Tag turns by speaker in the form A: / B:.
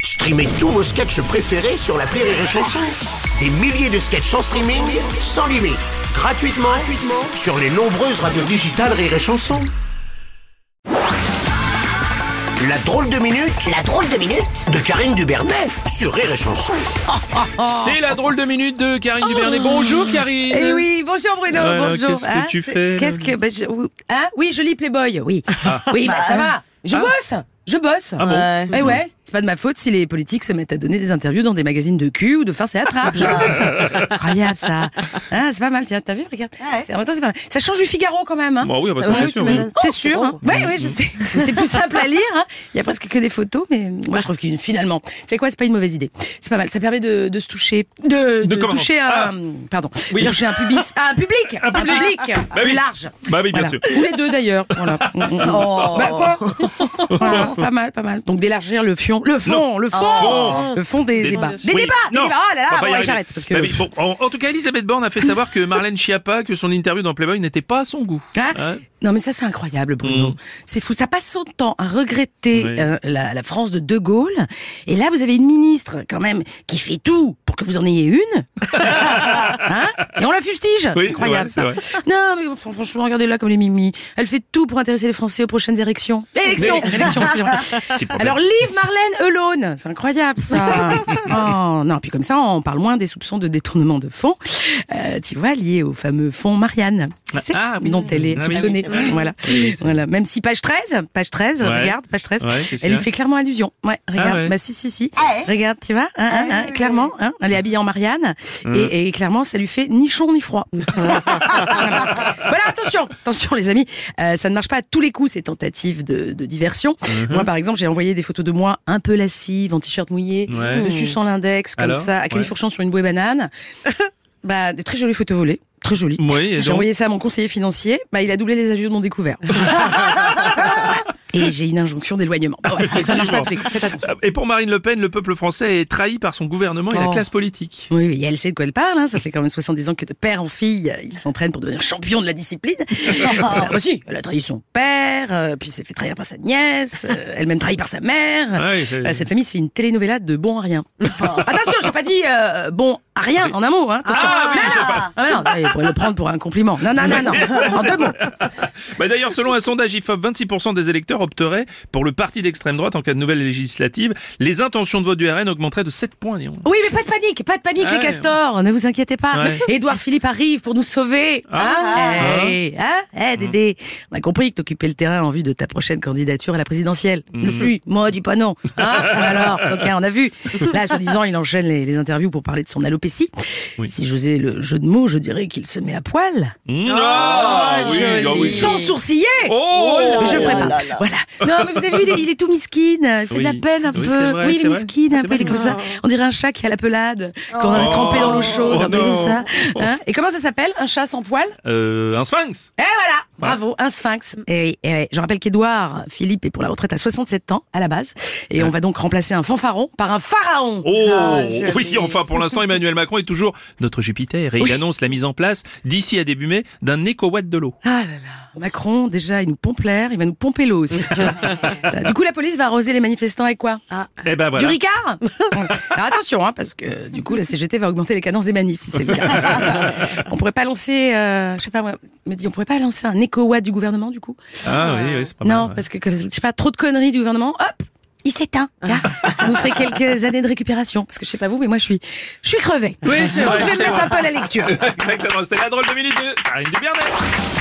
A: Streamez tous vos sketchs préférés sur la Rire et Chanson. Des milliers de sketchs en streaming, sans limite, gratuitement, gratuitement sur les nombreuses radios digitales Rire et Chanson. La drôle de minute, la drôle de minute de Karine Dubernet sur Rire et Chanson.
B: C'est la drôle de minute de Karine Dubernet. Bonjour Karine.
C: Oh. Eh oui, bonjour Bruno,
B: Ouais, alors,
C: bonjour.
B: qu'est-ce que
C: Hein,
B: tu
C: c'est-
B: fais, là
C: Qu'est-ce que ben, je- ou- hein Oui, je lis Playboy. Oui, oui, bah, ça va. Je bosse, je bosse.
B: Ah bon
C: Eh ouais, c'est pas de ma faute si les politiques se mettent à donner des interviews dans des magazines de cul ou de farce et attrape. Je bosse. Incroyable ça. Hein, c'est pas mal. Tiens, t'as vu Regarde. C'est- En même temps, c'est pas mal. Ça change du Figaro quand même. Hein.
B: Bah oui, ah bah ça, c'est sûr, oui. Oh,
C: C'est sûr. Hein. Ouais, ouais, je sais. C'est plus simple à lire. hein. Il y a presque que des photos, mais moi je trouve que finalement, c'est quoi C'est pas une mauvaise idée. C'est pas mal. Ça permet de, de se toucher, de, de
B: comment
C: toucher un,
B: Ah.
C: pardon,
B: Oui.
C: de toucher un pubis, un public, un
B: public.
C: public,
B: Bah
C: plus
B: oui.
C: large.
B: Bah oui, bien
C: Voilà.
B: sûr. Oh.
C: Ou les deux d'ailleurs. Voilà. Mm, mm, mm. Bah quoi C'est- voilà, Pas mal, pas mal. Donc d'élargir le fion, le fond,
B: Non.
C: le fond,
B: Fond.
C: le fond des,
B: Des-
C: débats, des
B: Oui,
C: débats, des
B: non,
C: débats. Oh là
B: on va pas
C: là,
B: y
C: bon,
B: arriver.
C: j'arrête parce que.
B: Bah oui, bon, en, en tout cas, Elisabeth Borne a fait savoir que Marlène Schiappa, que son interview dans Playboy n'était pas à son goût.
C: Hein
B: Ouais.
C: Non mais ça c'est incroyable Bruno.
B: Mm.
C: C'est fou, ça passe son temps à regretter
B: Oui.
C: euh, la, la France de De Gaulle. Et là vous avez une ministre quand même qui fait tout pour que vous en ayez une. Hein et on la fustige.
B: Oui,
C: incroyable
B: c'est vrai,
C: ça. Non mais fr- franchement regardez-la comme les mimi. Elle fait tout pour intéresser les Français aux prochaines élections. Élections, élections. excusez-moi.
B: Petit problème.
C: Alors leave Marlène alone, c'est incroyable ça. oh, non, puis comme ça on parle moins des soupçons de détournement de fonds, euh, tu vois, liés au fameux fonds Marianne, tu sais,
B: ah oui.
C: dont elle est
B: Ah oui.
C: soupçonnée. voilà.
B: Oui, c'est-
C: voilà. Même si page 13, page 13,
B: Ouais.
C: regarde, page 13,
B: Ouais, qu'est-ce
C: elle
B: qu'il y
C: y
B: a Ah
C: fait clairement allusion. Ouais, regarde,
B: ouais.
C: bah si, si, si. Regarde, tu vois, hein, hein, hein, clairement, hein, elle est habillée en Marianne,
B: Hum.
C: et, et clairement ça lui fait ni chaud ni froid. voilà, Voilà, attention, attention les amis, euh, ça ne marche pas à tous les coups ces tentatives de, de diversion.
B: Mhm.
C: Moi, par exemple, j'ai envoyé des photos de moi un peu lascive, en t-shirt mouillé,
B: Ouais.
C: dessus sans l'index, comme
B: Alors
C: ça, à califourchon sur une bouée banane. bah, des très jolies photos volées, très jolies.
B: Oui, et
C: J'ai
B: donc
C: envoyé ça à mon conseiller financier, bah, il a doublé les agios de mon découvert. Et j'ai une injonction d'éloignement. Bon, voilà, ça marche pas à tous les coups, faites attention.
B: Euh, Et pour Marine Le Pen, le peuple français est trahi par son gouvernement et la
C: Oh.
B: classe politique.
C: Oui, oui, elle sait de quoi elle parle. hein. Ça fait quand même 70 ans que de père en fille, euh, ils s'entraînent pour devenir champion de la discipline. Ah, bah si, elle a trahi son père, euh, puis s'est fait trahir par sa nièce, euh, elle-même trahie par sa mère.
B: Ouais, c'est-
C: Euh, Cette famille, c'est une telenovela de bon à rien. Attention, j'ai pas dit euh, bon à rien en un mot. Hein, attention.
B: Ah oui,
C: non,
B: je sais
C: non.
B: pas.
C: Ah, non, il pourrait le prendre pour un compliment. Non, non, non, non. En deux mots.
B: Bah D'ailleurs, selon un sondage IFOP, 26% des électeurs opteraient pour le parti d'extrême droite en cas de nouvelle législative. Les intentions de vote du RN augmenteraient de 7 points, Léon.
C: Oui, mais pas de panique, pas de panique,
B: Ah
C: les
B: ouais.
C: castors. Ne vous inquiétez pas.
B: Ouais.
C: Édouard Philippe arrive pour nous sauver.
B: Ah. Hum.
C: Hein Eh, hein Eh, Dédé, on a compris que t'occupais le terrain en vue de ta prochaine candidature à la présidentielle.
B: Hum.
C: Je suis, moi, dis pas non. Hein Alors, coquin, on a vu. Là, soi-disant, il enchaîne les, les interviews pour parler de son alopécie.
B: Oui.
C: Si j'osais le jeu de mots, je dirais qu'il se met à poil.
B: Non oui, ah oui.
C: Ah, Sans sourciller
B: Oh
C: Mais je ferai
D: Oh
C: pas.
D: là là.
C: Voilà. Non, mais vous avez vu, il est, il est tout misquine. Il fait de la
B: Oui.
C: peine un
B: Oui, c'est
C: peu.
B: vrai,
C: oui,
B: c'est
C: il est
B: vrai.
C: misquine un
B: C'est
C: peu. Il est
B: vrai.
C: comme ça. On dirait un chat qui a la pelade. Quand on l'a trempé dans l'eau chaude.
B: Oh
C: un peu comme
B: non.
C: ça. Hein Et comment ça s'appelle Un chat sans poil
B: Euh, un sphinx
C: Eh voilà Bravo, un sphinx. Et, oui, et oui. je rappelle qu'Edouard Philippe est pour la retraite à 67 ans, à la base. Et on va donc remplacer un fanfaron par un pharaon.
B: Oh
D: Ah, joli.
B: Oui, enfin, pour l'instant, Emmanuel Macron est toujours notre Jupiter et il annonce la mise en place, d'ici à début mai, d'un éco-watt de l'eau.
C: Ah là là, Macron, déjà, il nous pompe l'air, il va nous pomper l'eau aussi. tu vois. Ça, du coup, la police va arroser les manifestants avec quoi
D: Ah.
B: Eh ben voilà.
C: Ah. Du Ricard Alors attention, hein, parce que du coup, la CGT va augmenter les cadences des manifs, si c'est le cas. on pourrait pas lancer, euh, je sais pas moi, me dis, on pourrait pas lancer un éco du gouvernement, du coup
B: Ah oui, oui, c'est pas
C: Non,
B: mal. ouais.
C: parce que, que- je sais pas, trop de conneries du gouvernement, hop il s'éteint. tu vois. Ça nous ferait quelques années de récupération. Parce que je sais pas vous, mais moi je suis, je suis crevé.
B: Oui, c'est
C: Donc
B: vrai,
C: je vais
B: c'est
C: me mettre
B: vrai.
C: un peu à la lecture.
B: Exactement, c'était la drôle de minute de Karine Dubernet.